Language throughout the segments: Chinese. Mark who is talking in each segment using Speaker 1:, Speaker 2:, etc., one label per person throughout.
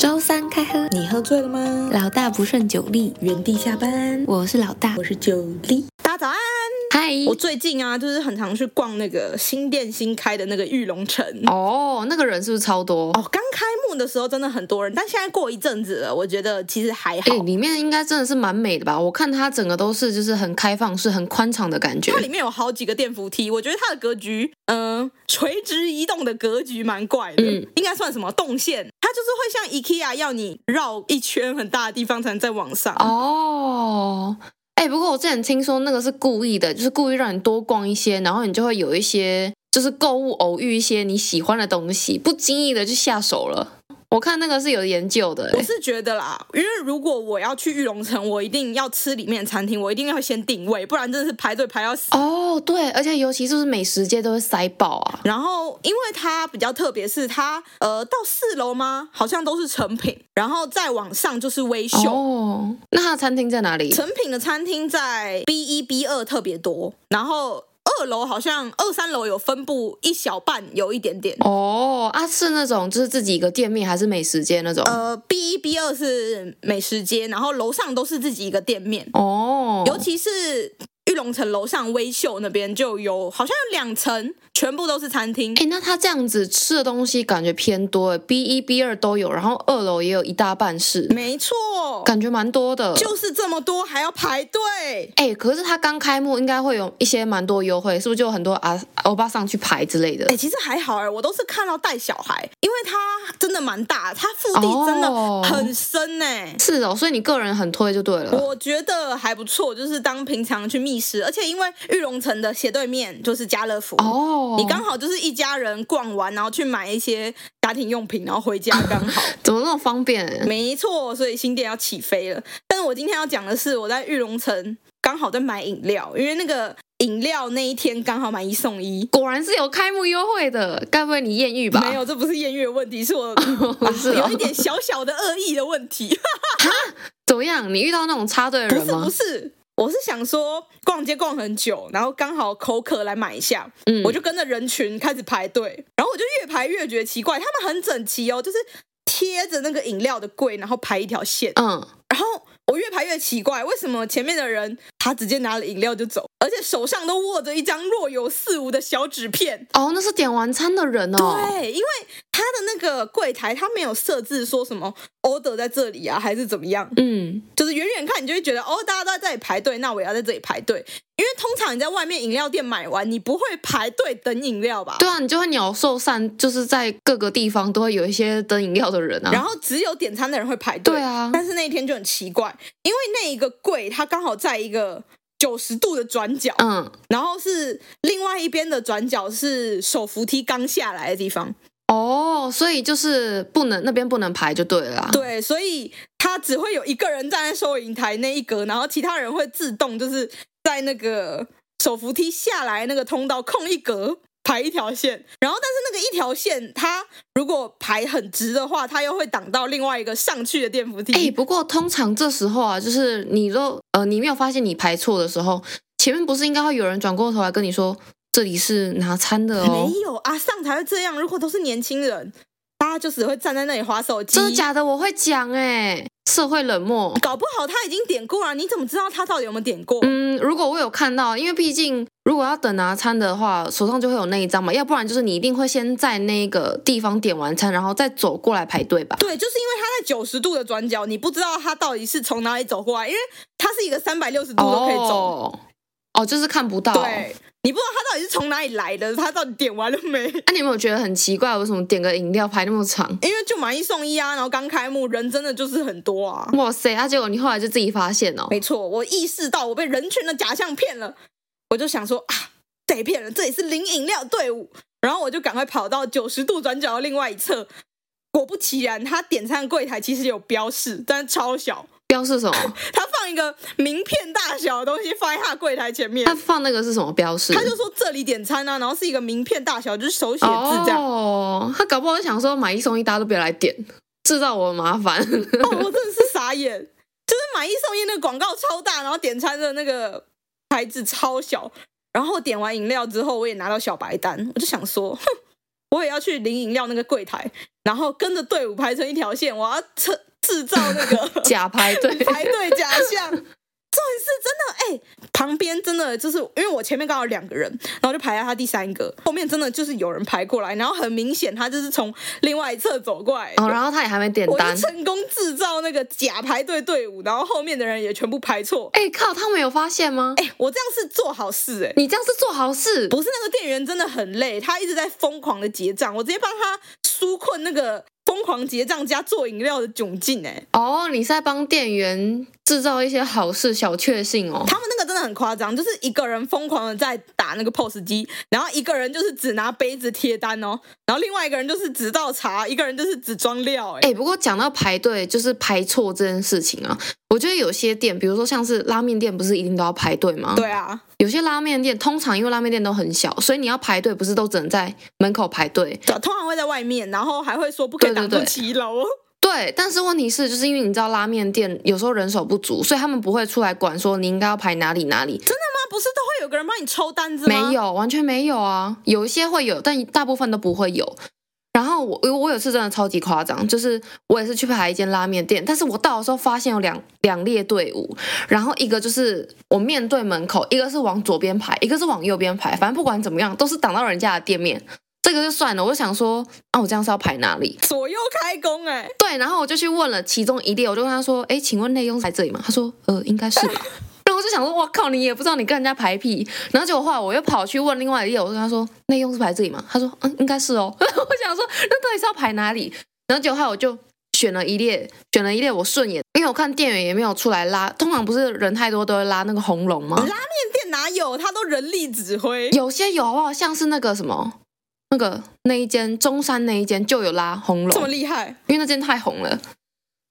Speaker 1: 周三开喝，
Speaker 2: 你喝醉了吗？
Speaker 1: 老大不顺酒力，
Speaker 2: 原地下班，
Speaker 1: 我是老大
Speaker 2: 我，是九力。大家早安！
Speaker 1: 嗨，
Speaker 2: 我最近啊，就是很常去逛那个新店新开的那个玉龙城。
Speaker 1: 哦，那个人是不是超多？
Speaker 2: 哦，刚开幕的时候真的很多人，但现在过一阵子了，我觉得其实还
Speaker 1: 哎、
Speaker 2: 好。
Speaker 1: 里面应该真的是蛮美的吧？我看它整个都是就是很开放式、很宽敞的感觉
Speaker 2: 它。里面有好几个电扶梯，我觉得它的格局，嗯、垂直移动的格局蛮怪的，
Speaker 1: 嗯
Speaker 2: 应该算什么动线？它就是会像 IKEA 要你绕一圈很大的地方才能再往上。
Speaker 1: 哦，哎、不过我之前听说那个是故意的，就是故意让你多逛一些，然后你就会有一些就是购物偶遇一些你喜欢的东西，不经意的就下手了。我看那个是有研究的、
Speaker 2: 我
Speaker 1: 哎
Speaker 2: 是觉得啦，因为如果我要去玉龙城，我一定要吃里面的餐厅，我一定要先定位，不然真的是排队排到死。
Speaker 1: 哦，对，而且尤其是不是美食街都会塞爆啊？
Speaker 2: 然后，因为它比较特别，是它呃到四楼吗？好像都是成品，然后再往上就是微秀。
Speaker 1: 哦，那它的餐厅在哪里？
Speaker 2: 成品的餐厅在 B 一 B 二特别多，然后二楼好像二三楼有分布一小半，有一点点。
Speaker 1: 哦，啊，是那种就是自己一个店面，还是美食街那种？
Speaker 2: 呃，B 一 B 二是美食街，然后楼上都是自己一个店面。
Speaker 1: 哦，
Speaker 2: 尤其是玉龙城楼上微秀那边就有，好像有两层，全部都是餐厅。
Speaker 1: 哎，那他这样子吃的东西感觉偏多哎，B 一、B 二都有，然后二楼也有一大半是，
Speaker 2: 没错，
Speaker 1: 感觉蛮多的。
Speaker 2: 就是这么多，还要排队。
Speaker 1: 哎，可是他刚开幕，应该会有一些蛮多优惠，是不是就有很多啊欧巴上去排之类的
Speaker 2: 哎、？其实还好哎、我都是看到带小孩，因为它真的蛮大，它腹地真
Speaker 1: 哦
Speaker 2: 的很深哎、
Speaker 1: 是哦，所以你个人很推就对了。
Speaker 2: 我觉得还不错，就是当平常去觅食，而且因为玉龙城的斜对面就是家乐福，
Speaker 1: 哦，
Speaker 2: 你刚好就是一家人逛完，然后去买一些家庭用品，然后回家刚 好。
Speaker 1: 怎么那么方便？
Speaker 2: 没错，所以新店要起飞了。但是我今天要讲的是，我在玉龙城刚好在买饮料，因为那个饮料那一天刚好买一送一。
Speaker 1: 果然是有开幕优惠的，该不会你艳遇吧？
Speaker 2: 没有，这不是艳遇的问题，是 我、
Speaker 1: 有，是哦
Speaker 2: 有一。点小小的恶意的问 题。
Speaker 1: 怎么样？你遇到那种插队的
Speaker 2: 不
Speaker 1: 人
Speaker 2: 是
Speaker 1: 吗
Speaker 2: 不？是，我是想说逛街逛很久，然后刚好口渴来买一下，
Speaker 1: 嗯
Speaker 2: 我就跟着人群开始排队，然后我就越排越觉得奇怪，他们很整齐哦，就是贴着那个饮料的柜，然后排一条线。
Speaker 1: 嗯，
Speaker 2: 然后我越排越奇怪，为什么前面的人他直接拿了饮料就走，而且手上都握着一张若有似无的小纸片？
Speaker 1: 哦，那是点完餐的人哦。
Speaker 2: 对，因为他的那个柜台他没有设置说什么 order 在这里啊，还是怎么样，
Speaker 1: 嗯，
Speaker 2: 就是远远看你就会觉得哦，大家都在这里排队，那我也要在这里排队。因为通常你在外面饮料店买完，你不会排队等饮料吧？
Speaker 1: 对啊，你就会鸟兽散，就是在各个地方都会有一些等饮料的人啊。
Speaker 2: 然后只有点餐的人会排队。
Speaker 1: 对啊，
Speaker 2: 但是那一天就很奇怪，因为那一个柜它刚好在一个九十度的转角，
Speaker 1: 嗯，
Speaker 2: 然后是另外一边的转角是手扶梯刚下来的地方，
Speaker 1: 哦，所以就是不能那边不能排就对了啊啦。
Speaker 2: 对，所以他只会有一个人站在收银台那一格，然后其他人会自动就是在那个手扶梯下来那个通道空一格。排一条线，然后但是那个一条线，它如果排很直的话，它又会挡到另外一个上去的电扶梯。
Speaker 1: 哎、不过通常这时候啊，就是你都呃，你没有发现你排错的时候，前面不是应该会有人转过头来跟你说这里是拿餐的哦
Speaker 2: 没？有阿尚才会这样，如果都是年轻人，大家就只会站在那里划手机。
Speaker 1: 真的假的？我会讲哎、社会冷漠。
Speaker 2: 搞不好他已经点过了，你怎么知道他到底有没有点过？
Speaker 1: 嗯，如果我有看到，因为毕竟如果要等拿餐的话，手上就会有那一张嘛，要不然就是你一定会先在那个地方点完餐，然后再走过来排队吧。
Speaker 2: 对，就是因为他在九十度的转角，你不知道他到底是从哪里走过来，因为他是一个三百六十度都可以走。
Speaker 1: 哦，哦，就是看不到。
Speaker 2: 对，你不知道他到底是从哪里来的，他到底点完了没？
Speaker 1: 那、啊你有没有觉得很奇怪？为什么点个饮料排那么长？
Speaker 2: 因为就买一送一啊，然后刚开幕，人真的就是很多啊。
Speaker 1: 哇塞！啊，结果你后来就自己发现哦。
Speaker 2: 没错，我意识到我被人群的假象骗了，我就想说啊，被骗了，这里是零饮料队伍。然后我就赶快跑到九十度转角的另外一侧，果不其然，他点餐柜台其实有标示，但是超小，
Speaker 1: 标示什 么？
Speaker 2: 他放一个名片大小的东西放在他的柜台前面
Speaker 1: 他，放那个是什么标示？
Speaker 2: 他就说这里点餐啊，然后是一个名片大小，就是手写字这样。哦
Speaker 1: 哦，他搞不好就想说买一送一，大家都别来点， 制造我的麻 烦。
Speaker 2: 哦我真的是傻眼，就是买一送一那个广告超大，然后点餐的那个牌子超小。然后点完饮料之后，我也拿到小白单，我就想说，哼，我也要去领饮料那个柜台，然后跟着队伍排成一条线，我要制制造那个
Speaker 1: 假排队，
Speaker 2: 排队假象。 重点是真的，哎、旁边真的就是因为我前面刚好有两个人，然后就排在他第三个，后面真的就是有人排过来，然后很明显他就是从另外一侧走过来的。
Speaker 1: 哦，然后他也还没点
Speaker 2: 我
Speaker 1: 单
Speaker 2: 就。成功制造那个假排队队伍，然后后面的人也全部排错。
Speaker 1: 哎、靠，他们有发现吗？
Speaker 2: 哎、我这样是做好事哎、
Speaker 1: 你这样是做好事，
Speaker 2: 不是那个店员真的很累，他一直在疯狂的结账，我直接帮他纾困那个疯狂结账加做饮料的窘境哎、
Speaker 1: 哦，你是在帮店员制造一些好事小确幸哦。
Speaker 2: 他们那个真的很夸张，就是一个人疯狂的在打那个 POS 机，然后一个人就是只拿杯子贴单哦，然后另外一个人就是只倒茶，一个人就是只装料哎、
Speaker 1: 哎、不过讲到排队，就是排错这件事情啊，我觉得有些店，比如说像是拉面店，不是一定都要排队吗？
Speaker 2: 对啊，
Speaker 1: 有些拉面店通常因为拉面店都很小，所以你要排队不是都只能在门口排队？
Speaker 2: 对啊通常会在外面，然后还会说不可以
Speaker 1: 对对
Speaker 2: 挡住
Speaker 1: 对
Speaker 2: 骑楼哦。
Speaker 1: 对，但是问题是，就是因为你知道拉面店有时候人手不足，所以他们不会出来管说你应该要排哪里哪里，
Speaker 2: 那不是都会有个人帮你抽单子吗？
Speaker 1: 没有，完全没有啊，有一些会有，但大部分都不会有。然后我我我有次真的超级夸张，就是我也是去排一间拉面店，但是我到的时候发现有两两列队伍，然后一个就是我面对门口，一个是往左边排，一个是往右边排，反正不管怎么样都是挡到人家的店面，这个就算了。我就想说，啊，我这样是要排哪里？
Speaker 2: 左右开工哎、
Speaker 1: 对，然后我就去问了其中一列，我就跟他说：“哎，请问内用在这里吗？”他说：“呃，应该是吧。” 然后我就想说：“我靠，你也不知道你跟人家排屁。”然后结果后来我又跑去问另外一列，我就跟他说：“内用是排这里吗？”他说：“嗯，应该是哦。” 我想说，那到底是要排哪里？然后结果后来我就选了一列，选了一列我顺眼，因为我看店员也没有出来拉，通常不是人太多都会拉那个红龙吗？
Speaker 2: 面店哪有？他都人力指挥。
Speaker 1: 有些有好不好？像是那个什么，那个那一间中山那一间就有拉红龙，
Speaker 2: 这么厉害，
Speaker 1: 因为那间太红了。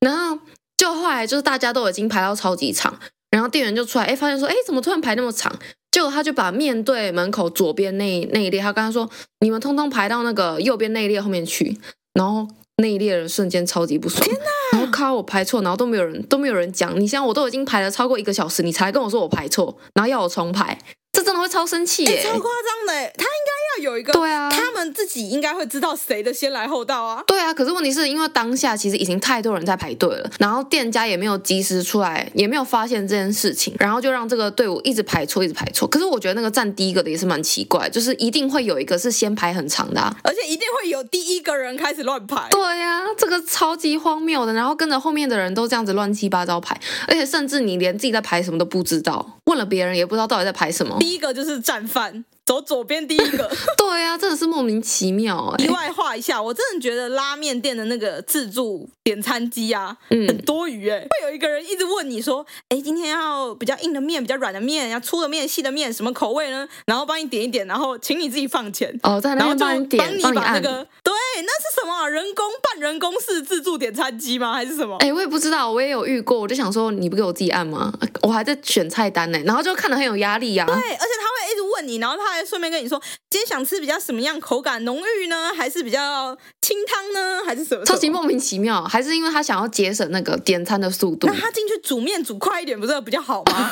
Speaker 1: 然后就后来就是大家都已经排到超级长，然后店员就出来，哎，发现说，哎，怎么突然排那么长？结果他就把面对门口左边那那一列，他跟他说，你们通通排到那个右边那一列后面去。然后那一列人瞬间超级不爽，然后靠，我排错，然后都没有人都没有人讲。你像我都已经排了超过一个小时，你才跟我说我排错，然后要我重排，这真的会超生气耶、
Speaker 2: 超夸张的欸！他应该要有一个，
Speaker 1: 对啊
Speaker 2: 他们自己应该会知道谁的先来后到啊。
Speaker 1: 对啊，可是问题是因为当下其实已经太多人在排队了，然后店家也没有及时出来，也没有发现这件事情，然后就让这个队伍一直排错，一直排错。可是我觉得那个站第一个的也是蛮奇怪，就是一定会有一个是先排很长的、啊。
Speaker 2: 而且一定会有第一个人开始乱排，
Speaker 1: 对呀、这个超级荒谬的，然后跟着后面的人都这样子乱七八糟排，而且甚至你连自己在排什么都不知道，问了别人也不知道到底在排什么。
Speaker 2: 第一个就是战犯，走左边第一个。
Speaker 1: 对呀、真的是莫名其妙哎、
Speaker 2: 题外话一下，我真的觉得拉面店的那个自助点餐机啊，很
Speaker 1: 嗯，
Speaker 2: 多余哎、会有一个人一直问你说，哎，今天要比较硬的面，比较软的面，要粗的面、细的面，什么口味呢？然后帮你点一点，然后请你自己放钱。
Speaker 1: 哦，在那
Speaker 2: 然后
Speaker 1: 边
Speaker 2: 就
Speaker 1: 帮你点，
Speaker 2: 帮
Speaker 1: 帮
Speaker 2: 把那
Speaker 1: 按。
Speaker 2: 个对，那是什么啊、人工半人工式自助点餐机吗？还是什么？
Speaker 1: 哎、我也不知道，我也有遇过，我就想说你不给我自己按吗？我还在选菜单呢、然后就看得很有压力呀、
Speaker 2: 对，哎而且他会一直问你，然后他还顺便跟你说，今天想吃比较什么样口感浓郁呢？还是比较清汤呢？还是什么
Speaker 1: 超级
Speaker 2: 什么
Speaker 1: 莫名其妙，还是因为他想要节省那个点餐的速度
Speaker 2: 那？他进去煮面煮快一点，不是比较好 吗？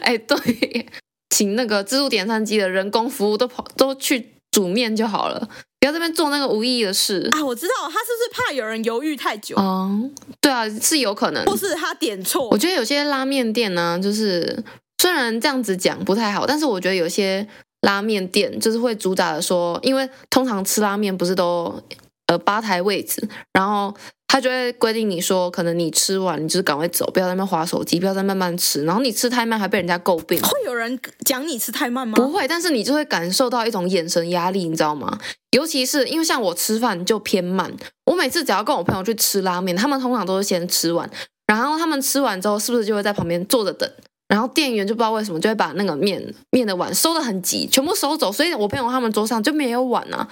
Speaker 1: 哎、对，请那个自助点餐机的人工服务都跑都去煮面就好了，不要这边做那个无意义的事。
Speaker 2: 啊，我知道，他是不是怕有人犹豫太久，
Speaker 1: 嗯，对啊，是有可能。
Speaker 2: 或是他点错
Speaker 1: 我？觉得有些拉面店呢，就是虽然这样子讲不太好，但是我觉得有些拉面店就是会主打的说，因为通常吃拉面不是都呃吧台位置，然后他就会规定你说，可能你吃完你就是赶快走，不要在那边划手机，不要再慢慢吃，然后你吃太慢还被人家诟病。
Speaker 2: 会有人讲你吃太慢吗？
Speaker 1: 不会，但是你就会感受到一种眼神压力，你知道吗？尤其是因为像我吃饭就偏慢，我每次只要跟我朋友去吃拉面，他们通常都是先吃完，然后他们吃完之后是不是就会在旁边坐着等？然后店员就不知道为什么就会把那个面面的碗收的很急，全部收走，所以我朋友他们桌上就没有碗啊。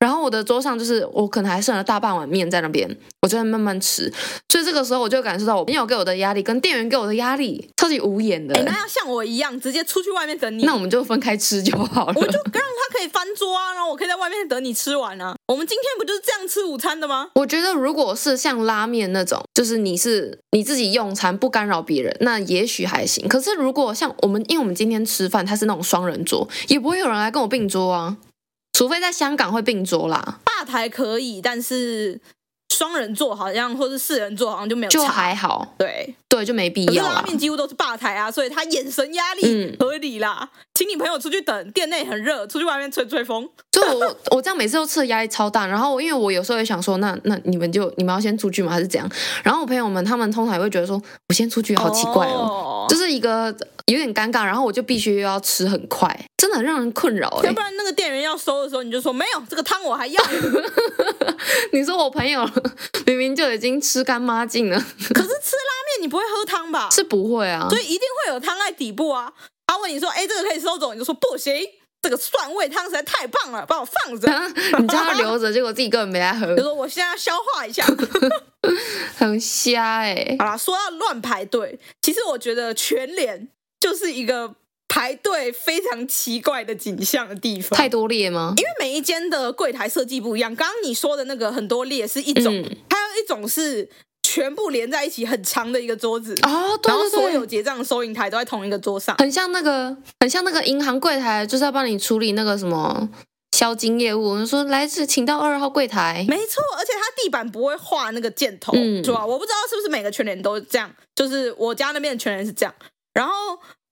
Speaker 1: 然后我的桌上就是我可能还剩了大半碗面在那边，我就在慢慢吃，所以这个时候我就感受到我朋友给我的压力跟店员给我的压力超级无言的、
Speaker 2: 哎、那要像我一样，直接出去外面等你。
Speaker 1: 那我们就分开吃就好了。
Speaker 2: 我就 让他可以翻桌啊，然后我可以在外面等你吃完啊。我们今天不就是这样吃午餐的吗？
Speaker 1: 我觉得，如果是像拉面那种，就是你是你自己用餐不干扰别人，那也许还行。可是如果像我们，因为我们今天吃饭，它是那种双人桌，也不会有人来跟我并桌啊。除非在香港会并桌啦，
Speaker 2: 大台可以，但是双人座好像或是四人座好像就没有
Speaker 1: 就
Speaker 2: 差
Speaker 1: 还好，
Speaker 2: 对，
Speaker 1: 对，就没必
Speaker 2: 可是
Speaker 1: 要
Speaker 2: 拉
Speaker 1: 啦。
Speaker 2: 面几乎都是吧台啊，所以他眼神压力
Speaker 1: 嗯
Speaker 2: 合理啦。请你朋友出去等，店内很热，出去外面吹吹风。
Speaker 1: 就我我这样每次都吃的压力超大，然后因为我有时候也想说，那那你们就你们要先出去吗？还是怎样？然后我朋友们他们通常也会觉得说，我先出去好奇怪
Speaker 2: 哦
Speaker 1: 哦，就是一个有点尴尬，然后我就必须要吃很快，真的很让人困扰、
Speaker 2: 要
Speaker 1: 欸
Speaker 2: 不。然那个店员要收的时候，你就说没有，这个汤我还要。
Speaker 1: 你说我朋友明明就已经吃干抹净了，
Speaker 2: 可是吃拉面你不会喝汤吧？
Speaker 1: 是不会啊
Speaker 2: 所，以一定会有汤在底部啊。他问你说：“哎，这个可以收走？”你就说：“不行，这个蒜味汤实在太棒了，帮我放 着。
Speaker 1: 你叫他留着，结果自己根本没来喝”
Speaker 2: 就，说：“我现在要消化一 下。
Speaker 1: 很瞎哎、”
Speaker 2: 好啦，说到乱排队，其实我觉得全脸就是一个排队非常奇怪的景象的地方。
Speaker 1: 太多裂吗？
Speaker 2: 因为每一间的柜台设计不一样，刚刚你说的那个很多列是一种，
Speaker 1: 嗯
Speaker 2: 还有一种是全部连在一起很长的一个桌子，
Speaker 1: 哦，对
Speaker 2: 然后
Speaker 1: 对对，
Speaker 2: 所有结账收银台都在同一个桌上。
Speaker 1: 很像那个，很像那个银行柜台，就是要帮你处理那个什么销金业务。我说来是请到二号柜台，
Speaker 2: 没错，而且它地板不会画那个箭头，
Speaker 1: 嗯
Speaker 2: 是吧？我不知道是不是每个全联都这样，就是我家那边的全联是这样。然后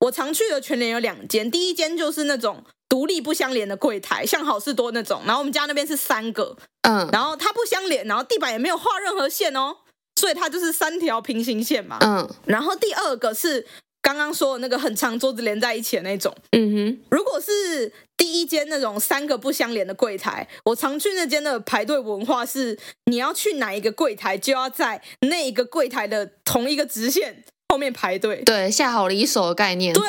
Speaker 2: 我常去的全联有两间，第一间就是那种独立不相连的柜台，像好事多那种。然后我们家那边是三个，
Speaker 1: 嗯
Speaker 2: 然后它不相连，然后地板也没有画任何线哦，所以它就是三条平行线嘛。
Speaker 1: 嗯
Speaker 2: 然后第二个是刚刚说的那个很长桌子连在一起的那种。
Speaker 1: 嗯
Speaker 2: 如果是第一间那种三个不相连的柜台，我常去那间的排队文化是，你要去哪一个柜台，就要在那一个柜台的同一个直线后面排队
Speaker 1: 哼，。对，下好离手的概念，
Speaker 2: 对，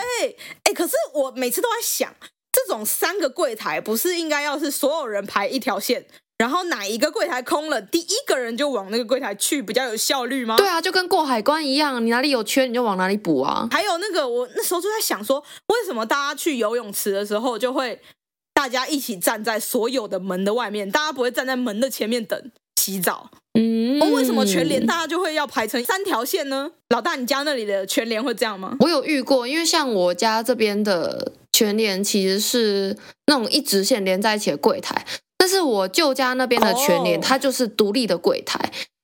Speaker 2: 哎，可是我每次都在想，这种三个柜台不是应该要是所有人排一条线，然后哪一个柜台空了，第一个人就往那个柜台去，比较有效率吗？
Speaker 1: 对啊，就跟过海关一样，你哪里有缺你就往哪里补啊。
Speaker 2: 还有那个，我那时候就在想说，为什么大家去游泳池的时候就会大家一起站在所有的门的外面，大家不会站在门的前面等洗澡？
Speaker 1: 嗯，
Speaker 2: 哦，为什么全联大家就会要排成三条线呢？老大，你家那里的全联会这样吗？
Speaker 1: 我有遇过，因为像我家这边的全联其实是那种一直线连在一起的柜台，但是我舅家那边的全联
Speaker 2: 哦
Speaker 1: 它就是独立的柜台。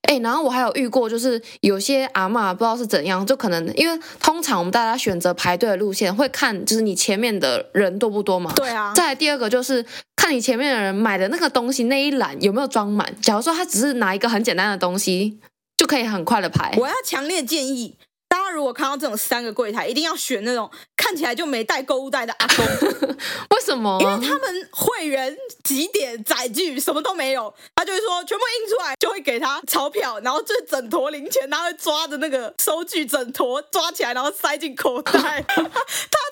Speaker 1: 哎，然后我还有遇过，就是有些阿嬷不知道是怎样，就可能因为通常我们大家选择排队的路线会看，就是你前面的人多不多嘛。
Speaker 2: 对啊，
Speaker 1: 再来第二个就是看你前面的人买的那个东西那一栏有没有装满。假如说他只是拿一个很简单的东西，就可以很快的排。
Speaker 2: 我要强烈建议。大家如果看到这种三个柜台，一定要选那种看起来就没带购物袋的阿公，
Speaker 1: 为什么啊？
Speaker 2: 因为他们会员几点载具什么都没有，他就会说全部印出来，就会给他钞票，然后就是整坨零钱，他会抓着那个收据整坨抓起来，然后塞进口袋，他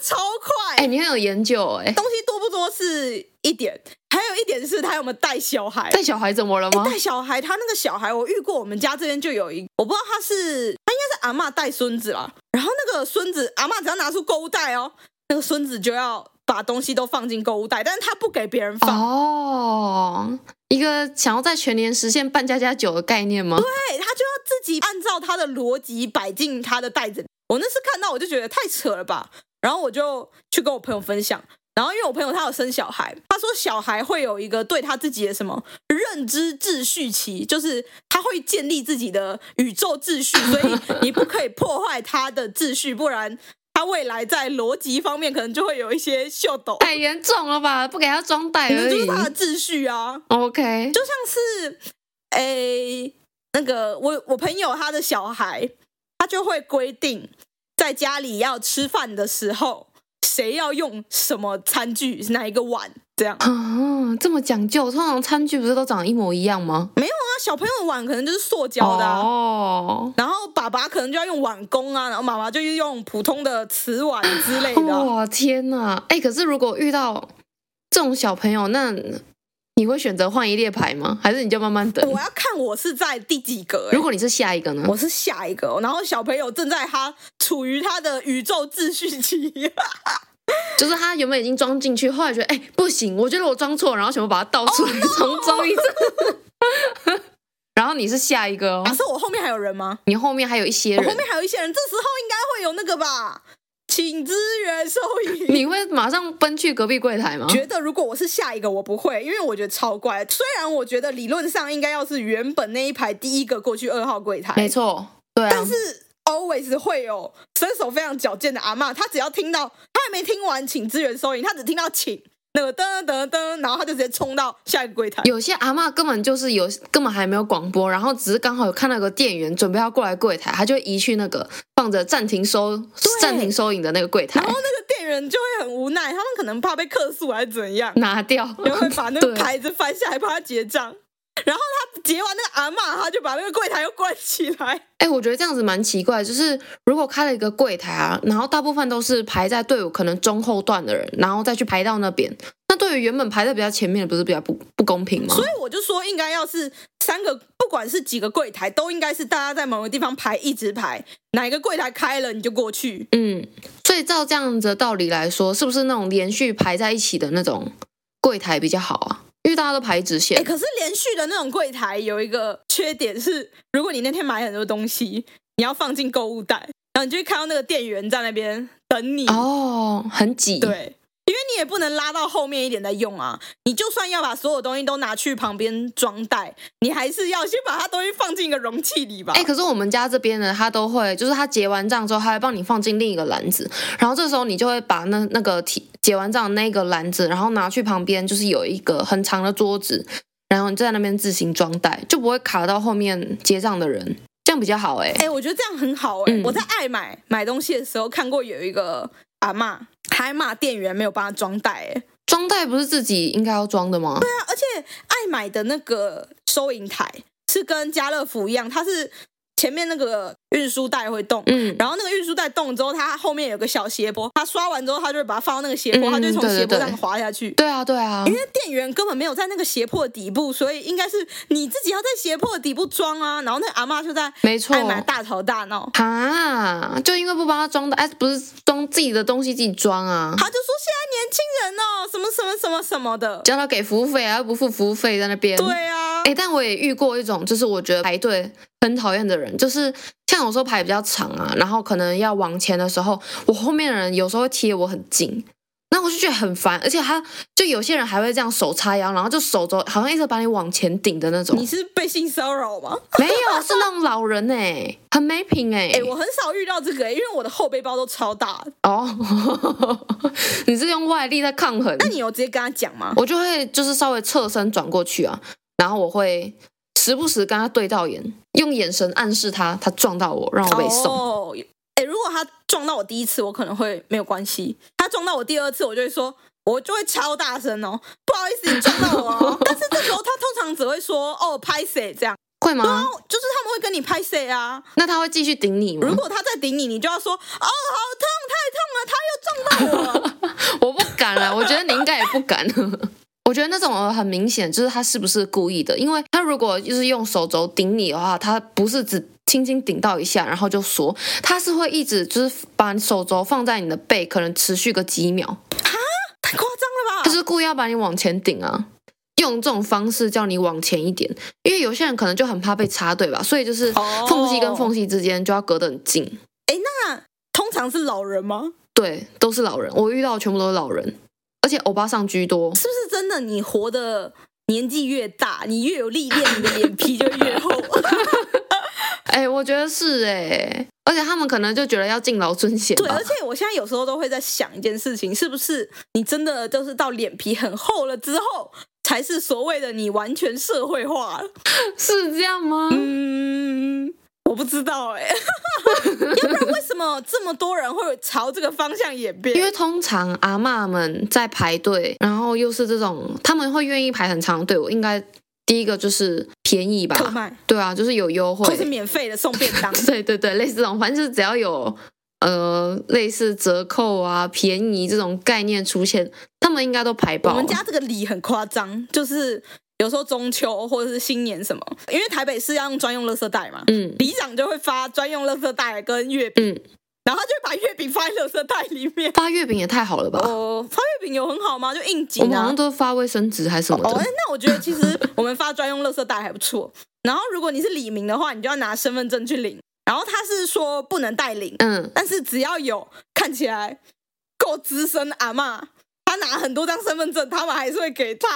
Speaker 2: 超快。
Speaker 1: 哎、你很有研究哎、
Speaker 2: 东西多不多是一点，还有一点是他有没有带小孩。
Speaker 1: 带小孩怎么了吗？
Speaker 2: 哎带小孩，他那个小孩，我遇过，我们家这边就有一，我不知道他是他应该是阿嬷带孙子啦，然后那个孙子阿嬷只要拿出购物袋哦，那个孙子就要把东西都放进购物袋，但是他不给别人放，
Speaker 1: 哦，一个想要在全年实现半加加九的概念吗？
Speaker 2: 对他就要自己按照他的逻辑摆进他的袋子里。我那次看到我就觉得太扯了吧，然后我就去跟我朋友分享。然后因为我朋友他有生小孩，他说小孩会有一个对他自己的什么认知秩序期，就是他会建立自己的宇宙秩序，所以你不可以破坏他的秩序，不然他未来在逻辑方面可能就会有一些秀 逗，
Speaker 1: 太哎严重了吧，不给他装袋
Speaker 2: 那
Speaker 1: 而
Speaker 2: 就是
Speaker 1: 已。
Speaker 2: 他的秩序啊。
Speaker 1: OK，
Speaker 2: 就像是，诶、那个我我朋友他的小孩，他就会规定在家里要吃饭的时候，谁要用什么餐具，哪一个碗，这样。
Speaker 1: 啊，这么讲究，通常餐具不是都长得一模一样吗？
Speaker 2: 那小朋友的碗可能就是塑胶的啊、
Speaker 1: 哦，
Speaker 2: 然后爸爸可能就要用碗公啊，然后妈妈就用普通的瓷碗之类的啊。
Speaker 1: 哇天哪！哎、可是如果遇到这种小朋友，那你会选择换一列牌吗？还是你就慢慢等
Speaker 2: 我？要看我是在第几格、欸
Speaker 1: 如果你是下一个呢？
Speaker 2: 我是下一个，哦然后小朋友正在他处于他的宇宙秩序期。
Speaker 1: 哦就是他原本已经装进去，后来觉得哎、不行，我觉得我装错，然后全部把它倒出来重装一次。Oh 然后你是下一个哦
Speaker 2: 啊假，设我后面还有人吗？
Speaker 1: 你后面还有一些
Speaker 2: 哦我后
Speaker 1: 人
Speaker 2: 面还有一些人，这时候应该会有那个吧，请支援收银。
Speaker 1: 你啊会马上奔去隔壁柜台吗？
Speaker 2: 觉得如果我是下一个，我不会，因为我觉得超怪。虽然我觉得理论上应该要是原本那一排第一个过去二号柜台，
Speaker 1: 没错，对啊。
Speaker 2: 但是 always 会有身手非常矫健的阿嬷，她只要听到，她还没听完请支援收银，她只听到请那个噔噔噔，然后她就直接冲到下一个柜台。
Speaker 1: 有些阿嬷根本就是有根本还没有广播，然后只是刚好有看到有个店员准备要过来柜台，他就会移去那个放着暂停收暂停收银的那个柜台
Speaker 2: 然，后那个店员就会很无奈，他们可能怕被客诉还是怎样，
Speaker 1: 拿掉。
Speaker 2: 然后会把那个
Speaker 1: 对
Speaker 2: 牌子翻下来帮他结账。然后他结完那个阿嬷，他就把那个柜台又关起来。
Speaker 1: 哎，我觉得这样子蛮奇怪，就是如果开了一个柜台啊，然后大部分都是排在队伍可能中后段的人，然后再去排到那边，那对于原本排在比较前面的，不是比较不不公平吗
Speaker 2: 所？以我就说，应该要是三个，不管是几个柜台，都应该是大家在某个地方排，一直排，哪一个柜台开了你就过去。
Speaker 1: 嗯，所以照这样子的道理来说，是不是那种连续排在一起的那种柜台比较好啊？因为大家都排直
Speaker 2: 哎，
Speaker 1: 线，
Speaker 2: 可是连续的那种柜台有一个缺点是，如果你那天买很多东西，你要放进购物袋，然后你就会看到那个店员在那边等你。
Speaker 1: 哦，很挤，
Speaker 2: 对，因为你也不能拉到后面一点再用啊。你就算要把所有东西都拿去旁边装袋，你还是要先把它东西放进一个容器里吧。
Speaker 1: 哎、可是我们家这边呢，他都会，就是他结完账之后，他会帮你放进另一个篮子，然后这时候你就会把那那个提结完账的那个篮子，然后拿去旁边，就是有一个很长的桌子，然后你就在那边自行装袋，就不会卡到后面结账的人，这样比较好哎、
Speaker 2: 哎、我觉得这样很好哎、
Speaker 1: 嗯
Speaker 2: 我在爱买买东西的时候看过有一个阿嬷还骂店员没有帮她装袋哎、
Speaker 1: 装袋不是自己应该要装的吗？
Speaker 2: 那而且爱买的那个收银台是跟家乐福一样，它是前面那个运输袋会动。
Speaker 1: 嗯，
Speaker 2: 然后那个运输袋动之后，它后面有个小斜坡，它刷完之后，它就会把它放到那个斜坡，
Speaker 1: 嗯
Speaker 2: 它就会从
Speaker 1: 对对
Speaker 2: 斜坡
Speaker 1: 对
Speaker 2: 上滑下去。
Speaker 1: 对啊，对啊，
Speaker 2: 因为店员根本没有在那个斜坡的底部，所以应该是你自己要在斜坡的底部装啊。然后那个阿嬷就在
Speaker 1: 没错
Speaker 2: 爱买大吵大闹，
Speaker 1: 啊，就因为不帮他装袋，哎，不是装自己的东西自己装啊，
Speaker 2: 他就说现在年轻人哦，什么什么什么什么的。
Speaker 1: 叫他给服务费，还要不付服务费在那边，
Speaker 2: 对啊，
Speaker 1: 哎、但我也遇过一种，就是我觉得排队很讨厌的人，就是像有时候排比较长啊，然后可能要往前的时候，我后面的人有时候会贴我很近，那我就觉得很烦，而且他就有些人还会这样手叉腰，然后就手肘好像一直把你往前顶的那种
Speaker 2: 你，是被性骚扰吗？
Speaker 1: 没有，是那种老人哎、很没品哎、
Speaker 2: 哎、我很少遇到这个、因为我的后背包都超大。
Speaker 1: 哦， 你是用外力在抗衡，
Speaker 2: 那你有直接跟他讲吗？
Speaker 1: 我就会就是稍微侧身转过去啊，然后我会时不时跟他对到眼，用眼神暗示他，他撞到我，让我被送。
Speaker 2: 哦，哎、如果他撞到我第一次，我可能会没有关系；他撞到我第二次，我就会说。我就会超大声哦，不好意思，你撞到我 哦。但是这时候他通常只会说哦拍谁这样，
Speaker 1: 会吗？
Speaker 2: 就是他们会跟你拍谁啊。
Speaker 1: 那他会继续顶你吗
Speaker 2: 如？果他再顶你，你就要说哦好痛，太痛了，他又撞到我了。
Speaker 1: 我不敢啦，我觉得你应该也不敢。啊 我觉得那种呃很明显，就是他是不是故意的？因为他如果就是用手肘顶你的话，他不是只轻轻顶到一下然后就缩，他是会一直就是把你手肘放在你的背，可能持续个几秒，
Speaker 2: 太夸张了吧？
Speaker 1: 他是故意要把你往前顶啊，用这种方式叫你往前一点。因为有些人可能就很怕被插队吧，所以就是
Speaker 2: 哦
Speaker 1: 缝隙跟缝隙之间就要隔得很近。
Speaker 2: 通常是老人吗？
Speaker 1: 对，都是老人，我遇到的全部都是老人，而且欧巴桑居多。
Speaker 2: 是不是真的？你活的年纪越大，你越有历练，你的脸皮就越厚。
Speaker 1: 哎、我觉得是哎、而且他们可能就觉得要敬老尊贤
Speaker 2: 对，
Speaker 1: 吧
Speaker 2: 而。且我现在有时候都会在想一件事情，是不是你真的就是到脸皮很厚了之后，才是所谓的你完全社会化了？
Speaker 1: 是这样吗？
Speaker 2: 嗯，我不知道哎、 要不然为什么这么多人会朝这个方向演变？
Speaker 1: 因为通常阿嬷们在排队，然后又是这种，他们会愿意排很长的队伍。应该第一个就是便宜
Speaker 2: 特
Speaker 1: 吧？
Speaker 2: 卖
Speaker 1: 对啊，就是有优
Speaker 2: 或
Speaker 1: 惠
Speaker 2: 是。免费的送便 当。
Speaker 1: 对对对，类似这种，反正就是只要有呃类似折扣啊、便宜这种概念出现，他们应该都排爆
Speaker 2: 我
Speaker 1: 了。
Speaker 2: 们家这个礼很夸张，就是有时候中秋或者是新年什么，因为台北市要用专用垃圾袋嘛，
Speaker 1: 嗯
Speaker 2: 里长就会发专用垃圾袋跟月饼，
Speaker 1: 嗯，
Speaker 2: 然后他就会把月饼放在垃圾袋里 面。
Speaker 1: 发月饼也太好了吧？
Speaker 2: 哦，发月饼有很好吗？就应
Speaker 1: 我
Speaker 2: 景
Speaker 1: 们好
Speaker 2: 啊
Speaker 1: 像。都发卫生纸还是什么
Speaker 2: 哦，
Speaker 1: 的
Speaker 2: 哎。那我觉得其实我们发专用垃圾袋还不错。然后如果你是李明的话，你就要拿身份证去领。然后他是说不能带领，
Speaker 1: 嗯，
Speaker 2: 但是只要有看看起来够资深阿嬷，她拿很多张身份证，他们还是会给她。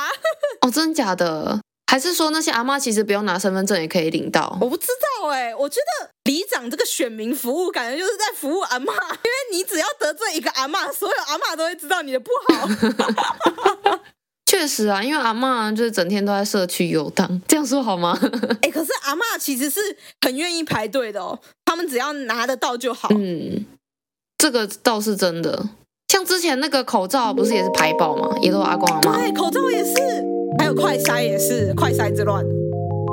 Speaker 1: 哦，真的假的？还是说那些阿妈其实不用拿身份证也可以领到？
Speaker 2: 我不知道哎、我觉得里长这个选民服务，感觉就是在服务阿嬷，因为你只要得罪一个阿嬷，所有阿嬷都会知道你的不 好。
Speaker 1: 确实啊，因为阿妈就是整天都在社区游荡，这样说好吗？
Speaker 2: 哎、可是阿嬷其实是很愿意排队的哦，他们只要拿得到就好。
Speaker 1: 嗯，这个倒是真的。像之前那个口罩不是也是排爆吗？也都有阿公阿妈。
Speaker 2: 对，口罩也是，还有快筛也是，快筛之乱。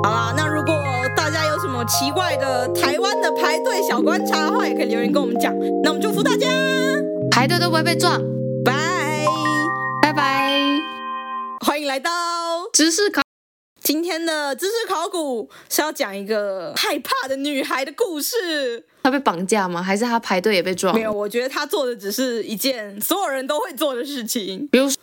Speaker 2: 好啦，那如果大家有什么奇怪的台湾的排队小观察的话，也可以留言跟我们讲。那我们祝福大家，
Speaker 1: 排队都不会被撞。
Speaker 2: 拜！
Speaker 1: 拜拜，
Speaker 2: 欢迎来到
Speaker 1: 知识考。
Speaker 2: 今天的知识考古，是要讲一个害怕的女孩的故事。
Speaker 1: 他被绑架吗？还是他排队也被撞？
Speaker 2: 没有，我觉得她做的只是一件所有人都会做的事情。
Speaker 1: 比如说，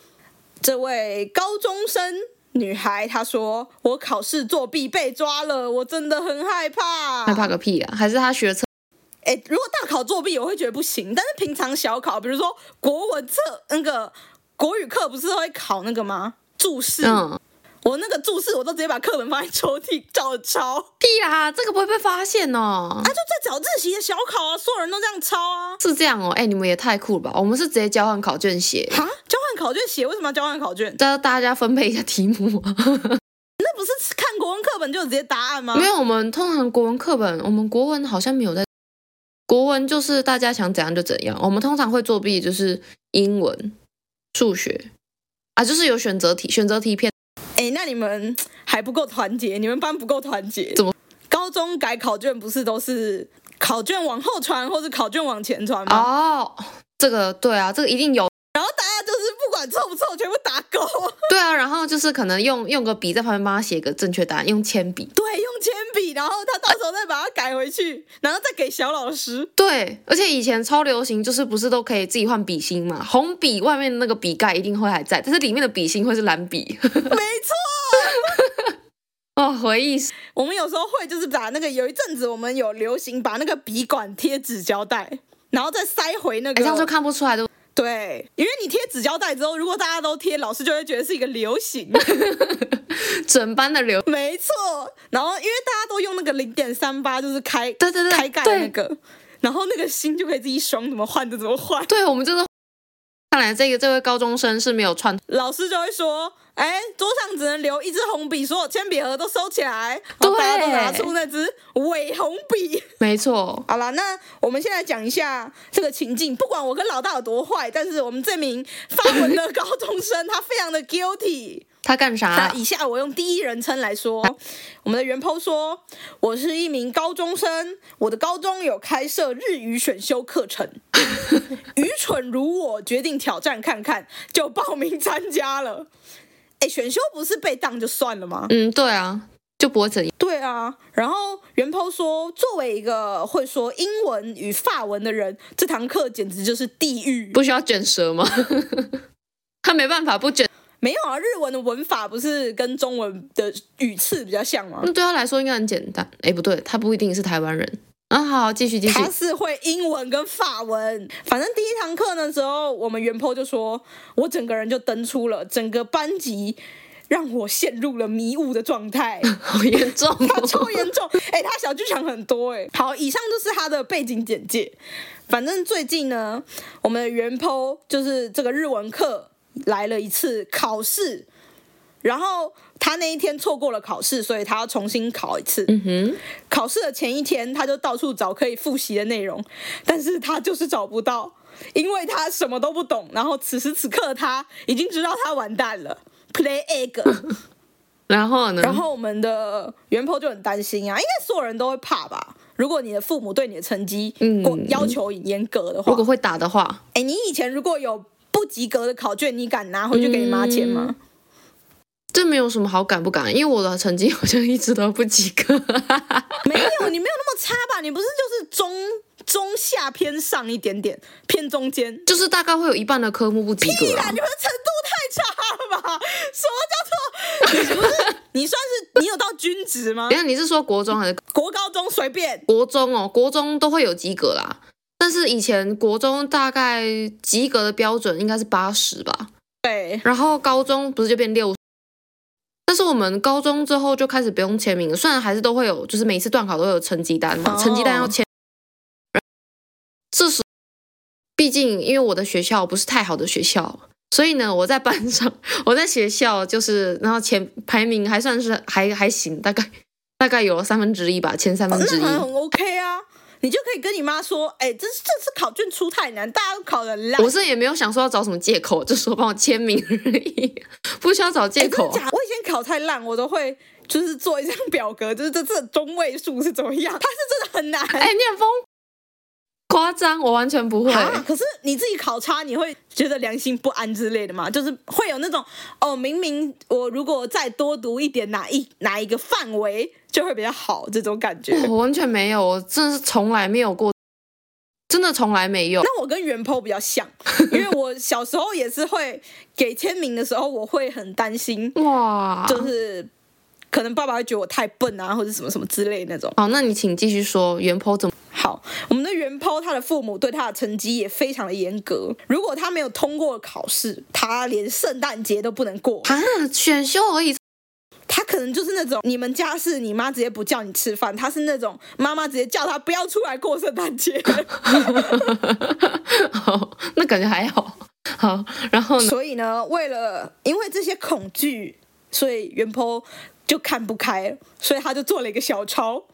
Speaker 2: 这位高中生女孩她说：“我考试作弊被抓了，我真的很害怕。
Speaker 1: 害怕个屁啊！还是他学车？
Speaker 2: 哎，如果大考作弊，我会觉得不行。但是平常小考，比如说国文测那个国语课，不是会考那个吗？注释，
Speaker 1: 嗯，
Speaker 2: 我那个注释我都直接把课本放在抽屉照着抄。
Speaker 1: 屁啦，这个不会被发现哦。
Speaker 2: 啊，就在早自习的小考啊，所有人都这样抄啊。
Speaker 1: 是这样哦，哎、你们也太酷了吧！我们是直接交换考卷写，
Speaker 2: 啊，交换考卷写，为什么要交换考卷？
Speaker 1: 大家大家分配一下题目。啊
Speaker 2: 那不是看国文课本就有直接答案吗？
Speaker 1: 没有，我们通常国文课本，我们国文好像没有在。国文就是大家想怎样就怎样，我们通常会作弊就是英文、数学啊，就是有选择题，选择题片
Speaker 2: 哎，那你们还不够团结，你们班不够团结。
Speaker 1: 怎么？
Speaker 2: 高中改考卷不是都是考卷往后传，或是考卷往前传吗？
Speaker 1: 哦。这个对啊，这个一定有
Speaker 2: 然后大家就是不管错不错，全部打勾。
Speaker 1: 对啊，然后就是可能用用个笔在旁边帮他写个正确答案，用铅笔。
Speaker 2: 对，用铅笔，然后他到时候再把它改回去，然后再给小老 师。
Speaker 1: 对，而且以前超流行，就是不是都可以自己换笔芯嘛？红笔外面的那个笔盖一定会还在，但是里面的笔芯会是蓝笔。
Speaker 2: 没错，
Speaker 1: 哦，回忆是
Speaker 2: 我们有时候会就是把那个有一阵子我们有流行把那个笔管贴纸胶带，然后再塞回那
Speaker 1: 哎
Speaker 2: 个。
Speaker 1: 这样就看不出来的。
Speaker 2: 对，因为你贴纸胶带之后，如果大家都贴，老师就会觉得是一个流行。
Speaker 1: 整班的流，
Speaker 2: 没错，然后因为大家都用那个零点三八，就是开
Speaker 1: 对对对，
Speaker 2: 开盖的那
Speaker 1: 对
Speaker 2: 个，然后那个心就可以自己爽怎么换就怎么换，
Speaker 1: 对，我们就是。看来这个这位高中生是没有串，
Speaker 2: 老师就会说，哎，桌上只能留一支红笔，所有铅笔盒都收起来，然后
Speaker 1: 对
Speaker 2: 大家都拿出那支伪红笔。
Speaker 1: 没错，
Speaker 2: 好啦，那我们现在讲一下这个情境，不管我跟老大有多坏，但是我们这名发文的高中生他非常的 guilty。
Speaker 1: 他干
Speaker 2: 那
Speaker 1: 啥？
Speaker 2: 以下我用第一人称来说，哦我们的袁抛说：“我是一名高中生，我的高中有开设日语选修课程，愚蠢如我决定挑战看看，就报名参加了。”哎，选修不是被当就算了吗？
Speaker 1: 嗯，对啊，就不会怎样。
Speaker 2: 对啊。然后袁抛说：“作为一个会说英文与法文的人，这堂课简直就是地狱。
Speaker 1: 不需要卷舌吗？ 他没办法不卷，
Speaker 2: 没有啊，日文的文法不是跟中文的语次比较像吗？
Speaker 1: 那对他来说应该很简单。哎，不对，他不一定是台湾人。啊，好，继续继续
Speaker 2: 他。是会英文跟法文。反正第一堂课的时候，我们元坡就说，我整个人就登出了，整个班级让我陷入了迷雾的状态。
Speaker 1: 好严重、
Speaker 2: 他
Speaker 1: 哦，
Speaker 2: 超严重，哎、他小剧场很多哎、好，以上就是他的背景简介。反正最近呢，我们的元剖就是这个日文课来了一次考试，然后他那一天错过了考试，所以他要重新考一次。
Speaker 1: 嗯哼，
Speaker 2: 考试的前一天，他就到处找可以复习的内容，但是他就是找不到，因为他什么都不懂。然后此时此刻，他已经知道他完蛋了，play egg。
Speaker 1: 然后呢？
Speaker 2: 然后我们的元坡就很担心啊，应该所有人都会怕吧？如果你的父母对你的成绩
Speaker 1: 嗯
Speaker 2: 过要求严格的话
Speaker 1: 如，果会打的话，
Speaker 2: 哎，你以前如果有不及格的考卷，你敢拿回去给你
Speaker 1: 嗯
Speaker 2: 妈签吗？
Speaker 1: 这没有什么好敢不敢，因为我的成绩好像一直都不及格。
Speaker 2: 没有，你没有那么差吧？你不是就是中中下偏上一点点，偏中间，
Speaker 1: 就是大概会有一半的科目不及
Speaker 2: 屁
Speaker 1: 格、
Speaker 2: 啦！
Speaker 1: 啊
Speaker 2: 你。们程度太差了吧？什么叫做 你不是你算是你有到军职吗
Speaker 1: 等一？下你是说国中还是
Speaker 2: 国高中随便
Speaker 1: 国中哦？国中都会有及格啦，但但是以前国中大概及格的标准应该是八十吧，
Speaker 2: 对，
Speaker 1: 然后高中不是就变六。但是我们高中之后就开始不用签名了，虽然还是都会有，就是每次段考都会有成绩单嘛
Speaker 2: 哦
Speaker 1: 成绩单要签。这时，毕竟因为我的学校不是太好的学校，所以呢，我在班上， 我在学校就是，然后前排名还算是 还还行，大概大概有三分之一吧，前三分
Speaker 2: 哦那
Speaker 1: 之一。
Speaker 2: 很很 OK 啊。你就可以跟你妈说，哎、这这次考卷出太难，大家都考的烂。
Speaker 1: 我是也没有想说要找什么借口，就说帮我签名而已， 不需要找借
Speaker 2: 哎真
Speaker 1: 口
Speaker 2: 的。假的我以前考太烂，我都会就是做一张 表格，就是这这中位数是怎么样，它是真的很难。
Speaker 1: 哎、你很疯，夸张，我完全不会。
Speaker 2: 啊！可是你自己考差，你会觉得良心不安之类的吗？就是会有那种哦，明明我如果再多读一点哪一哪一个范围就会比较好这种感觉。
Speaker 1: 我完全没有，我真的是从来没有过，真的从来没有。
Speaker 2: 那我跟袁抛比较像，因为我小时候也是会给签名的时候，我会很担心，
Speaker 1: 哇，
Speaker 2: 就是可能爸爸会觉得我太笨啊，或者什么什么之类那种。
Speaker 1: 好，那你请继续说原 po 怎么？
Speaker 2: 好，我们的袁抛他的父母对他的成绩也非常的严格，如果他没有通过考试，他连圣诞节都不能过。
Speaker 1: 啊，选修而已，
Speaker 2: 他可能就是那种你们家是你妈直接不叫你吃饭，他是那种妈妈直接叫他不要出来过圣诞节，
Speaker 1: 好，那感觉还好。好，然后呢？
Speaker 2: 所以呢，为了因为这些恐惧，所以袁坡就看不开，所以他就做了一个小抄。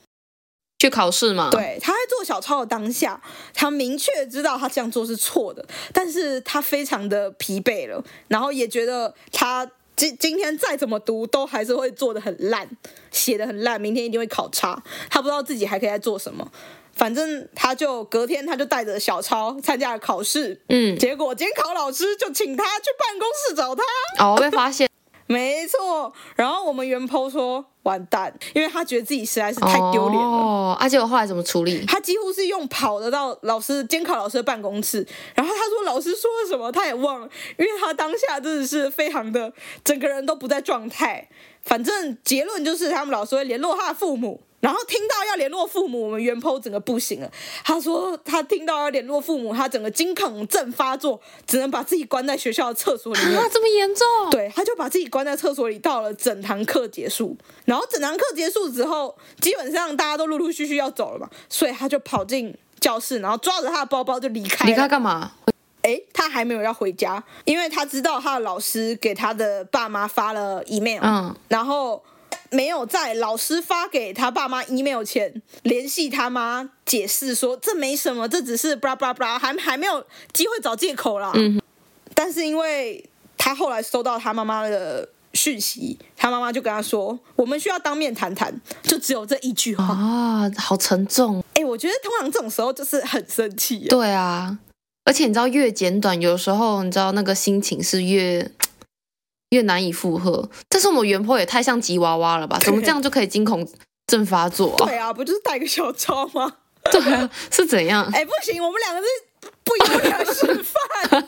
Speaker 1: 去考试嘛？，
Speaker 2: 对，他在做小抄的当下，他明确知道他这样做是错的，但是他非常的疲惫了，然后也觉得他今今天再怎么读，都还是会做的很烂，写的很烂，明天一定会考差。他不知道自己还可以再做什么，反正他就隔天他就带着小抄参加了考试，
Speaker 1: 嗯，
Speaker 2: 结果监考老师就请他去办公室找他。
Speaker 1: 哦，被发现，
Speaker 2: 没错，然后我们原 po 说完蛋，因为他觉得自己实在是 太丢脸了。
Speaker 1: 哦，而且我后来怎么处理？
Speaker 2: 他几乎是用跑的到老师监考老师的办公室，然后他说老师说了什么他也忘了，因为他当下真的是非常的整个人都不在状态。反正结论就是他们老师会联络他的父母，然后听到要联络父母，我们原 po 整个不行了。他说他听到要联络父母，他整个惊恐症发作，只能把自己关在学校的厕所里面。
Speaker 1: 啊，这么严重？
Speaker 2: 对，他就把自己关在厕所里，到了整堂课结束。然后整堂课结束之后，基本上大家都陆陆续续要走了嘛，所以他就跑进教室，然后抓着他的包包就离开
Speaker 1: 你该
Speaker 2: 了。
Speaker 1: 干嘛？
Speaker 2: 哎，他还没有要回家，因为他知道他的老师给他的爸妈发了 email，、
Speaker 1: 嗯，
Speaker 2: 然后没有在老师发给他爸妈 email 前联系他妈解释说这没什么，这只是 blah blah blah，还还没有机会找借口啦。
Speaker 1: 嗯，
Speaker 2: 但是因为他后来收到他妈妈的讯息，他妈妈就跟他说，我们需要当面谈谈，就只有这一句话。
Speaker 1: 啊，好沉重。
Speaker 2: 哎、我觉得通常这种时候就是很生气耶，
Speaker 1: 对啊，而且你知道，越简短，有时候你知道那个心情是越越难以负荷。但是我们原坡也太像吉娃娃了吧？怎么这样就可以惊恐症发作啊？
Speaker 2: 对啊，不就是带个小抄吗？
Speaker 1: 对啊，是怎样？
Speaker 2: 哎、不行，我们两个是不一样的示 范。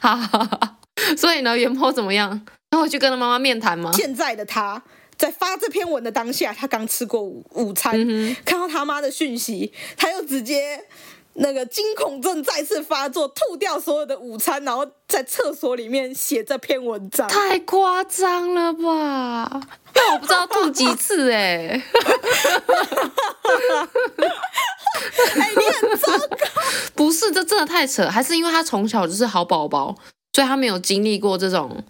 Speaker 1: 哈哈哈。所以呢，原坡怎么样？他会去跟他妈妈面谈吗？
Speaker 2: 现在的他在发这篇文的当下，他刚吃过午午餐，
Speaker 1: 嗯
Speaker 2: 看到他妈的讯息，他又直接。那个惊恐症再次发作，吐掉所有的午餐，然后在厕所里面写这篇文章。
Speaker 1: 太夸张了吧！ 那我不知道吐几次哎、
Speaker 2: 哎、你很糟糕。
Speaker 1: 不是，这真的太扯，还是因为他从小就是好宝宝，所以他没有经历过这种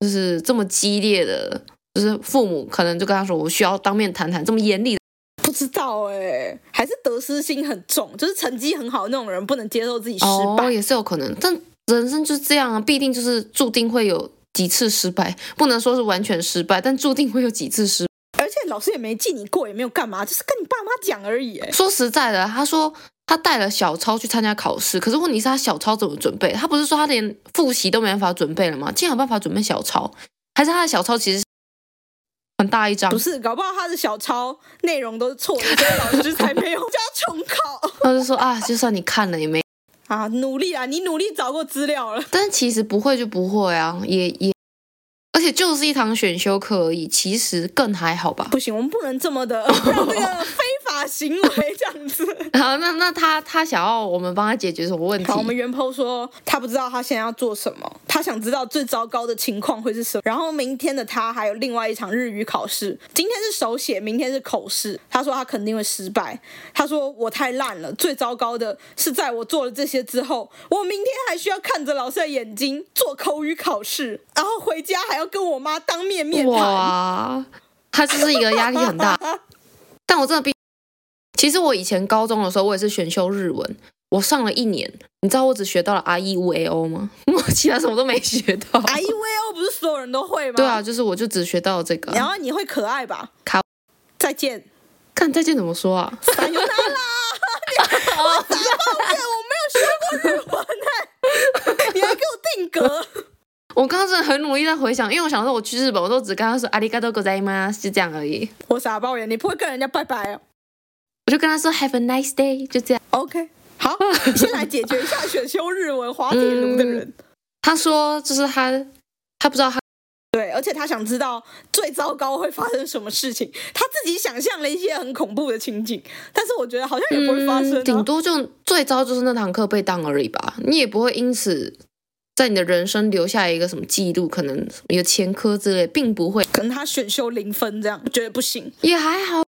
Speaker 1: 就是这么激烈的，就是父母可能就跟他说我需要当面谈谈这么严厉的。
Speaker 2: 不知道哎、还是得失心很重，就是成绩很好那种人不能接受自己失败。
Speaker 1: 哦，也是有可能，但人生就是这样啊，必定就是注定会有几次失败，不能说是完全失败，但注定会有几次失败
Speaker 2: 而且老师也没记你过，也没有干嘛，就是跟你爸妈讲而已、哎，
Speaker 1: 说实在的，他说他带了小抄去参加考试，可是问题是他小抄怎么准备？他不是说他连复习都没办法准备了吗？竟然有办法准备小抄，还是他的小抄其实很大一张
Speaker 2: 不？是，搞不好他的小抄内容都是错的，所以老师才没有叫他重考
Speaker 1: 他就说啊，就算你看了也没，
Speaker 2: 啊。努力啊，你努力找过资料了。
Speaker 1: 但其实不会就不会啊，也也，而且就是一堂选修课而已，其实更还好吧。
Speaker 2: 不行，我们不能这么的让这个非法行为这样子。
Speaker 1: 好，那那他他想要我们帮他解决什么问题
Speaker 2: 好，？我们袁抛说他不知道他现在要做什么，他想知道最糟糕的情况会是什么。然后明天的他还有另外一场日语考试，今天是手写，明天是口试。他说他肯定会失败。他说我太烂了，最糟糕的是在我做了这些之后，我明天还需要看着老师的眼睛做口语考试，然后回家还要跟我妈当面面 谈。啊
Speaker 1: 哇，他就是一个压力很大。但我真的必，其实我以前高中的时候，我也是选修日文，我上了一年，你知道我只学到了 R E U A O 吗？ 我其他什么都没学到。
Speaker 2: 哎呦喂哦，不是所有人都会吗？
Speaker 1: 对啊，，就是我就只学到了这个。
Speaker 2: 然后你会可爱吧？
Speaker 1: 卡
Speaker 2: 再见，
Speaker 1: 看再见怎么说啊？
Speaker 2: 撒由那拉。
Speaker 1: 哦，
Speaker 2: 哎，我没有学过日文呢、你还给我定格，
Speaker 1: 我刚刚真的很努力在回想，因为我想说我去日本，我都只跟他说阿里嘎多ございます，就这样而已。
Speaker 2: 我傻爆眼，你不会跟人家拜拜哦。
Speaker 1: 我就跟他说 Have a nice day，就这样。
Speaker 2: OK，好，先来解决一下选修日文滑铁卢的 人。
Speaker 1: 他说就是他，他不知道他
Speaker 2: 对，而且他想知道最糟糕会发生什么事情，他自己想象了一些很恐怖的情景，但是我觉得好像也不会发生、啊
Speaker 1: 嗯顶多就最糟就是那堂课被当而已吧，你也不会因此在你的人生留下一个什么记录，可能有前科之类，并不会，
Speaker 2: 可能他选修零分这样，觉得不行。
Speaker 1: 也还好。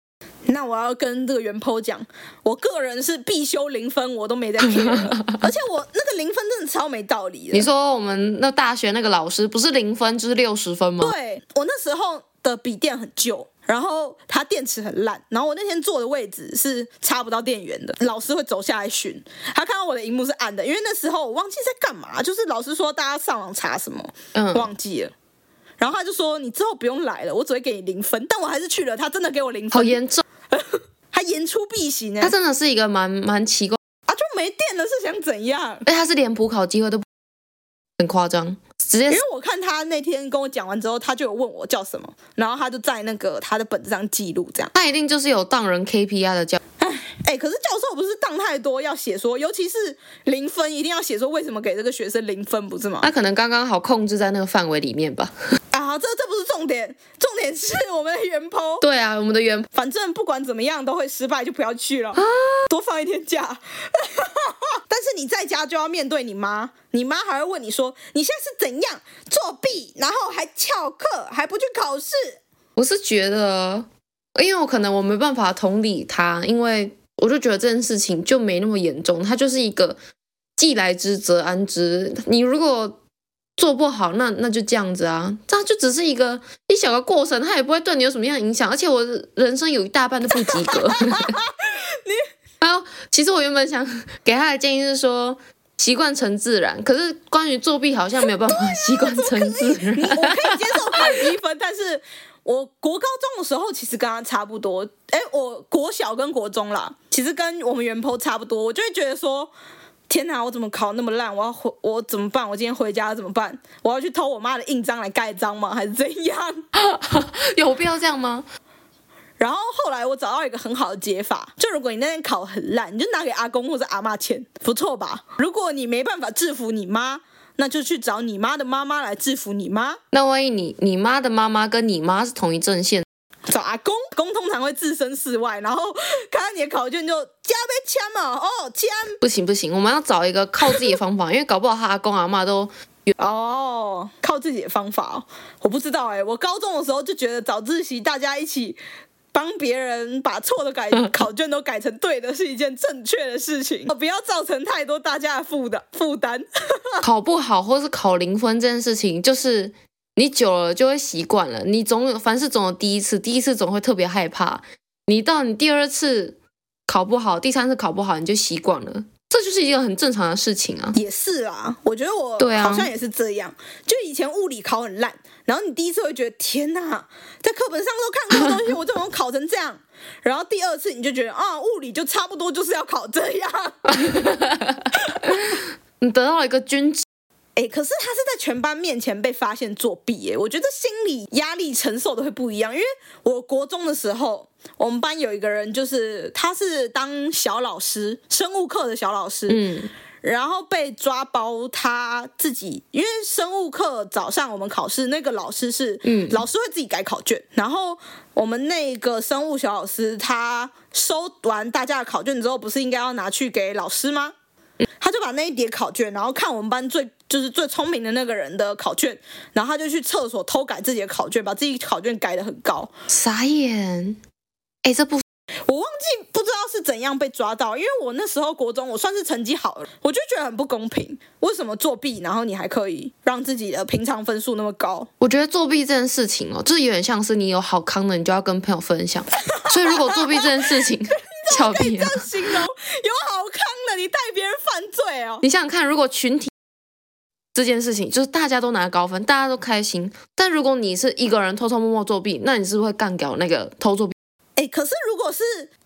Speaker 2: 那我要跟这个袁剖讲，我个人是必修零分，我都没在听， 而且我那个零分真的超没道理的。
Speaker 1: 你说我们那大学那个老师不是零分就是六十分吗？
Speaker 2: 对我那时候的笔电很旧，然后它电池很烂，然后我那天坐的位置是插不到电源的，老师会走下来巡，他看到我的荧幕是暗的，因为那时候我忘记在干嘛，就是老师说大家上网查什么，
Speaker 1: 嗯，
Speaker 2: 忘记了。然后他就说：“你之后不用来了，我只会给你零分。”但我还是去了，他真的给我零
Speaker 1: 好
Speaker 2: 分，
Speaker 1: 严重，
Speaker 2: 他言出必行呢。
Speaker 1: 他真的是一个蛮蛮奇怪，
Speaker 2: 啊，就没电了，是想怎样？
Speaker 1: 而且他是连补考机会都不很夸张，直接
Speaker 2: 因为我看他那天跟我讲完之后，他就有问我叫什么，然后他就在那个他的本子上记录这样。
Speaker 1: 他一定就是有当人 KPI 的教，
Speaker 2: 哎、可是教授不是当太多，要写说，尤其是零分，一定要写说为什么给这个学生零分，不是吗？
Speaker 1: 他可能刚刚好控制在那个范围里面吧。
Speaker 2: 啊，这这不是重点，重点是我们的原剖。
Speaker 1: 对啊，我们的原
Speaker 2: 反正不管怎么样都会失败，就不要去了，多放一天假。 但是你在家就要面对你妈，你妈还会问你说你现在是怎样作弊，然后还翘课，还不去考试。
Speaker 1: 我是觉得，因为我可能我没办法同理他，因为我就觉得这件事情就没那么严重，他就是一个既来之则安之。你如果做不好，那那就这样子啊，这就只是一个一小个过程，他也不会对你有什么样的影响。而且我人生有一大半都不及格。 然后，其实我原本想给他的建议是说。习惯成自然，可是关于作弊好像没有办法 习惯成自然。
Speaker 2: 我可以接受考低分，但是我国高中的时候其实跟他差不多。哎，我国小跟国中啦，其实跟我们原剖差不多，我就会觉得说。天哪！我怎么考那么烂？我要回，我怎么办？我今天回家怎么办？我要去偷我妈的印章来盖章吗？还是怎样？
Speaker 1: 有必要这样吗？
Speaker 2: 然后后来我找到一个很好的解法，就如果你那天考很烂，你就拿给阿公或者阿妈钱，不错吧？如果你没办法制服你妈，那就去找你妈的妈妈来制服你妈。
Speaker 1: 那万一你你妈的妈妈跟你妈是同一阵线，
Speaker 2: 找阿公，阿公通常会置身事外，然后看到你的考卷就加被签嘛，哦签
Speaker 1: 不行不行，我们要找一个靠自己的方法，因 为搞不好他阿公阿妈都
Speaker 2: 哦，靠自己的方法哦，我不知道哎、我高中的时候就觉得早自习大家一起帮别人把错的改考卷都改成对的是一件正确的事情，哦不要造成太多大家的负的负担。
Speaker 1: 考不好或是考零分这件事情，就是你久了就会习惯了，你总有凡事总有第一次，第一次总会特别害怕，你到你第二次考不好，第三次考不好你就习惯了，这就是一个很正常的事情啊。
Speaker 2: 也是啦，我觉得我
Speaker 1: 对啊
Speaker 2: 好像也是这样。就以前物理考很烂，然后你第一次会觉得天哪，在课本上都看过的东西，我怎么考成这样？然后第二次你就觉得啊，物理就差不多就是要考这样。
Speaker 1: 你得到了一个均值，
Speaker 2: 哎，可是他是在全班面前被发现作弊，哎，我觉得心理压力承受的会不一样。因为我国中的时候，我们班有一个人，就是他是当小老师，生物课的小老师，
Speaker 1: 嗯，
Speaker 2: 然后被抓包他自己，因为生物课早上我们考试，那个老师是，
Speaker 1: 嗯
Speaker 2: 老师会自己改考卷，然后我们那个生物小老师他收完大家的考卷之后，不是应该要拿去给老师吗？他就把那一叠考卷，然后看我们班最就是最聪明的那个人的考卷，然后他就去厕所偷改自己的考卷，把自己考卷改得很高。
Speaker 1: 傻眼。哎，这不
Speaker 2: 我忘记不知道是怎样被抓到，因为我那时候国中我算是成绩好了，我就觉得很不公平，为什么作弊，然后你还可以让自己的平常分数那么高？
Speaker 1: 我觉得作弊这件事情哦，就是有点像是你有好康的，你就要跟朋友分享。 所以如果作弊这件事 情，小屁啊
Speaker 2: 这！样形容有啊好康的，你带别人犯罪哦。
Speaker 1: 你想想看，如果群体这件事情就是大家都拿高分，大家都开心，但如果你是一个人偷偷摸摸作弊，那你是不是会干掉那个偷作弊？
Speaker 2: 哎，可是如果是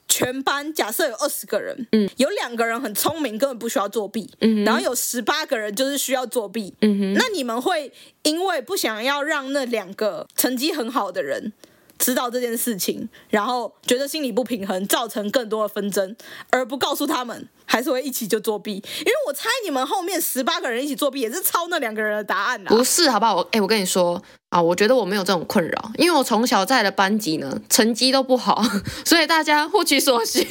Speaker 2: 全班，假设有二十个人，
Speaker 1: 嗯，
Speaker 2: 有两个人很聪明，根本不需要作弊，
Speaker 1: 嗯哼
Speaker 2: 然后有十八个人就是需要作弊，
Speaker 1: 嗯哼，
Speaker 2: 那你们会因为不想要让那两个成绩很好的人知道这件事情，然后觉得心里不平衡，造成更多的纷争，而不告诉他们，还是会一起就作弊？因为我猜你们后面十八个人一起作弊，也是抄那两个人的答案啦、啊
Speaker 1: 不是，好不好？我哎、我跟你说啊，我觉得我没有这种困扰，因为我从小在的班级呢，成绩都不好， 所以大家互取所 需，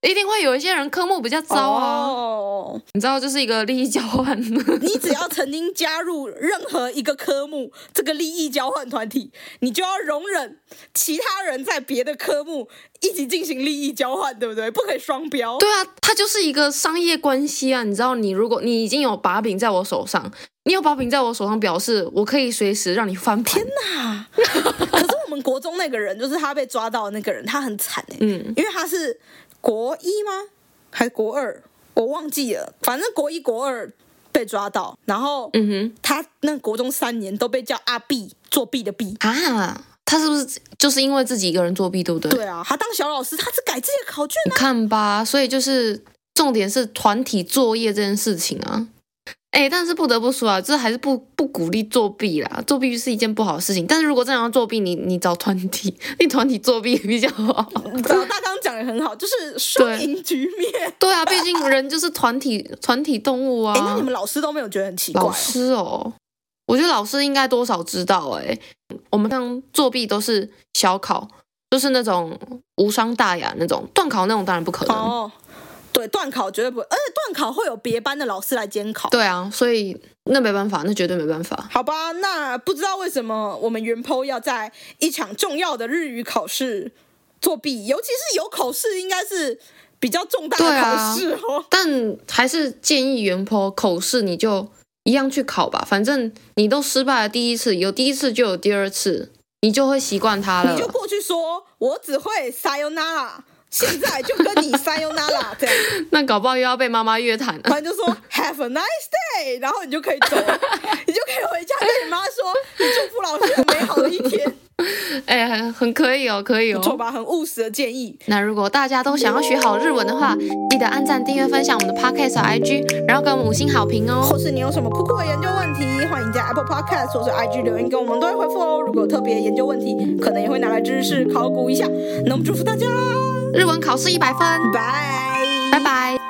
Speaker 1: 一定会有一些人科目比较糟啊。
Speaker 2: 哦！
Speaker 1: 你知道，就是一个利益交换。
Speaker 2: 你只要曾经加入任何一个科目这个利益交换团体，你就要容忍其他人在别的科目一起进行利益交换，对不对？不可以双标。
Speaker 1: 对啊，它就是一个商业关系啊。你知道，你如果你已经有把柄在我手上，你有把柄在我手上，表示我可以随时让你翻盘。
Speaker 2: 啊！ 可是我们国中那个人，就是他被抓到的那个人，他很惨哎、
Speaker 1: 嗯，
Speaker 2: 因为他是国一吗？还是国二？我忘记了，反正国一国二被抓到，然后
Speaker 1: 嗯哼，
Speaker 2: 他那国中三年都被叫阿碧作弊的弊。
Speaker 1: 啊，他是不是就是因为自己一个人作弊，对不对？
Speaker 2: 对啊，他当小老师，他是改自己的考卷
Speaker 1: 你看吧，所以就是重点是团体作业这件事情啊。哎，但是不得不说啊，这还是不不鼓励作弊啦，作弊是一件不好的事情。但是如果真的要作弊，你你找团体， 你团体作弊比较好。
Speaker 2: 啊。大纲讲的很好，就是双
Speaker 1: 对
Speaker 2: 赢局面。
Speaker 1: 对啊，毕竟人就是团体团体动物啊。
Speaker 2: 哎、那你们老师都没有觉得很奇怪
Speaker 1: 老
Speaker 2: 哦？
Speaker 1: 师哦，我觉得老师应该多少知道哎、我们像作弊都是小考，就是那种无伤大雅那种，断考那种当然不可能。
Speaker 2: 哦，对，断考绝对不会，而且断考会有别班的老师来监考。
Speaker 1: 对啊，所以那没办法，那绝对没办法。
Speaker 2: 好吧，那不知道为什么我们原 PO 要在一场重要的日语考试作弊，尤其是有口试，应该是比较重大
Speaker 1: 对
Speaker 2: 的
Speaker 1: 啊
Speaker 2: 考试哦。
Speaker 1: 但还是建议原坡口试你就一样去考吧，反正你都失败了第一次，有第一次就有第二次，你就会习惯它了
Speaker 2: 你。就过去说，我只会 sayonara，现在就跟你 sayonara 这样，
Speaker 1: 那搞不好又要被妈妈约谈 了。
Speaker 2: 反正就说 have a nice day，然后你就可以走了，你就可以回家跟你妈说，你祝福老师有美好的一天，
Speaker 1: 哎、很很可以哦，可以哦。
Speaker 2: 不错吧？很务实的建议。
Speaker 1: 那如果大家都想要学好日文的话，记得按赞、订阅、分享我们的 podcast 和 IG，然后给我们五星好评哦。
Speaker 2: 或是你有什么酷酷的研究问题，欢迎在 Apple Podcast 或是 IG 留言给我们，都会回复哦。如果有特别研究问题，可能也会拿来知识考古一下。那我们祝福大家，
Speaker 1: 日文考试一百分，
Speaker 2: 拜
Speaker 1: 拜拜。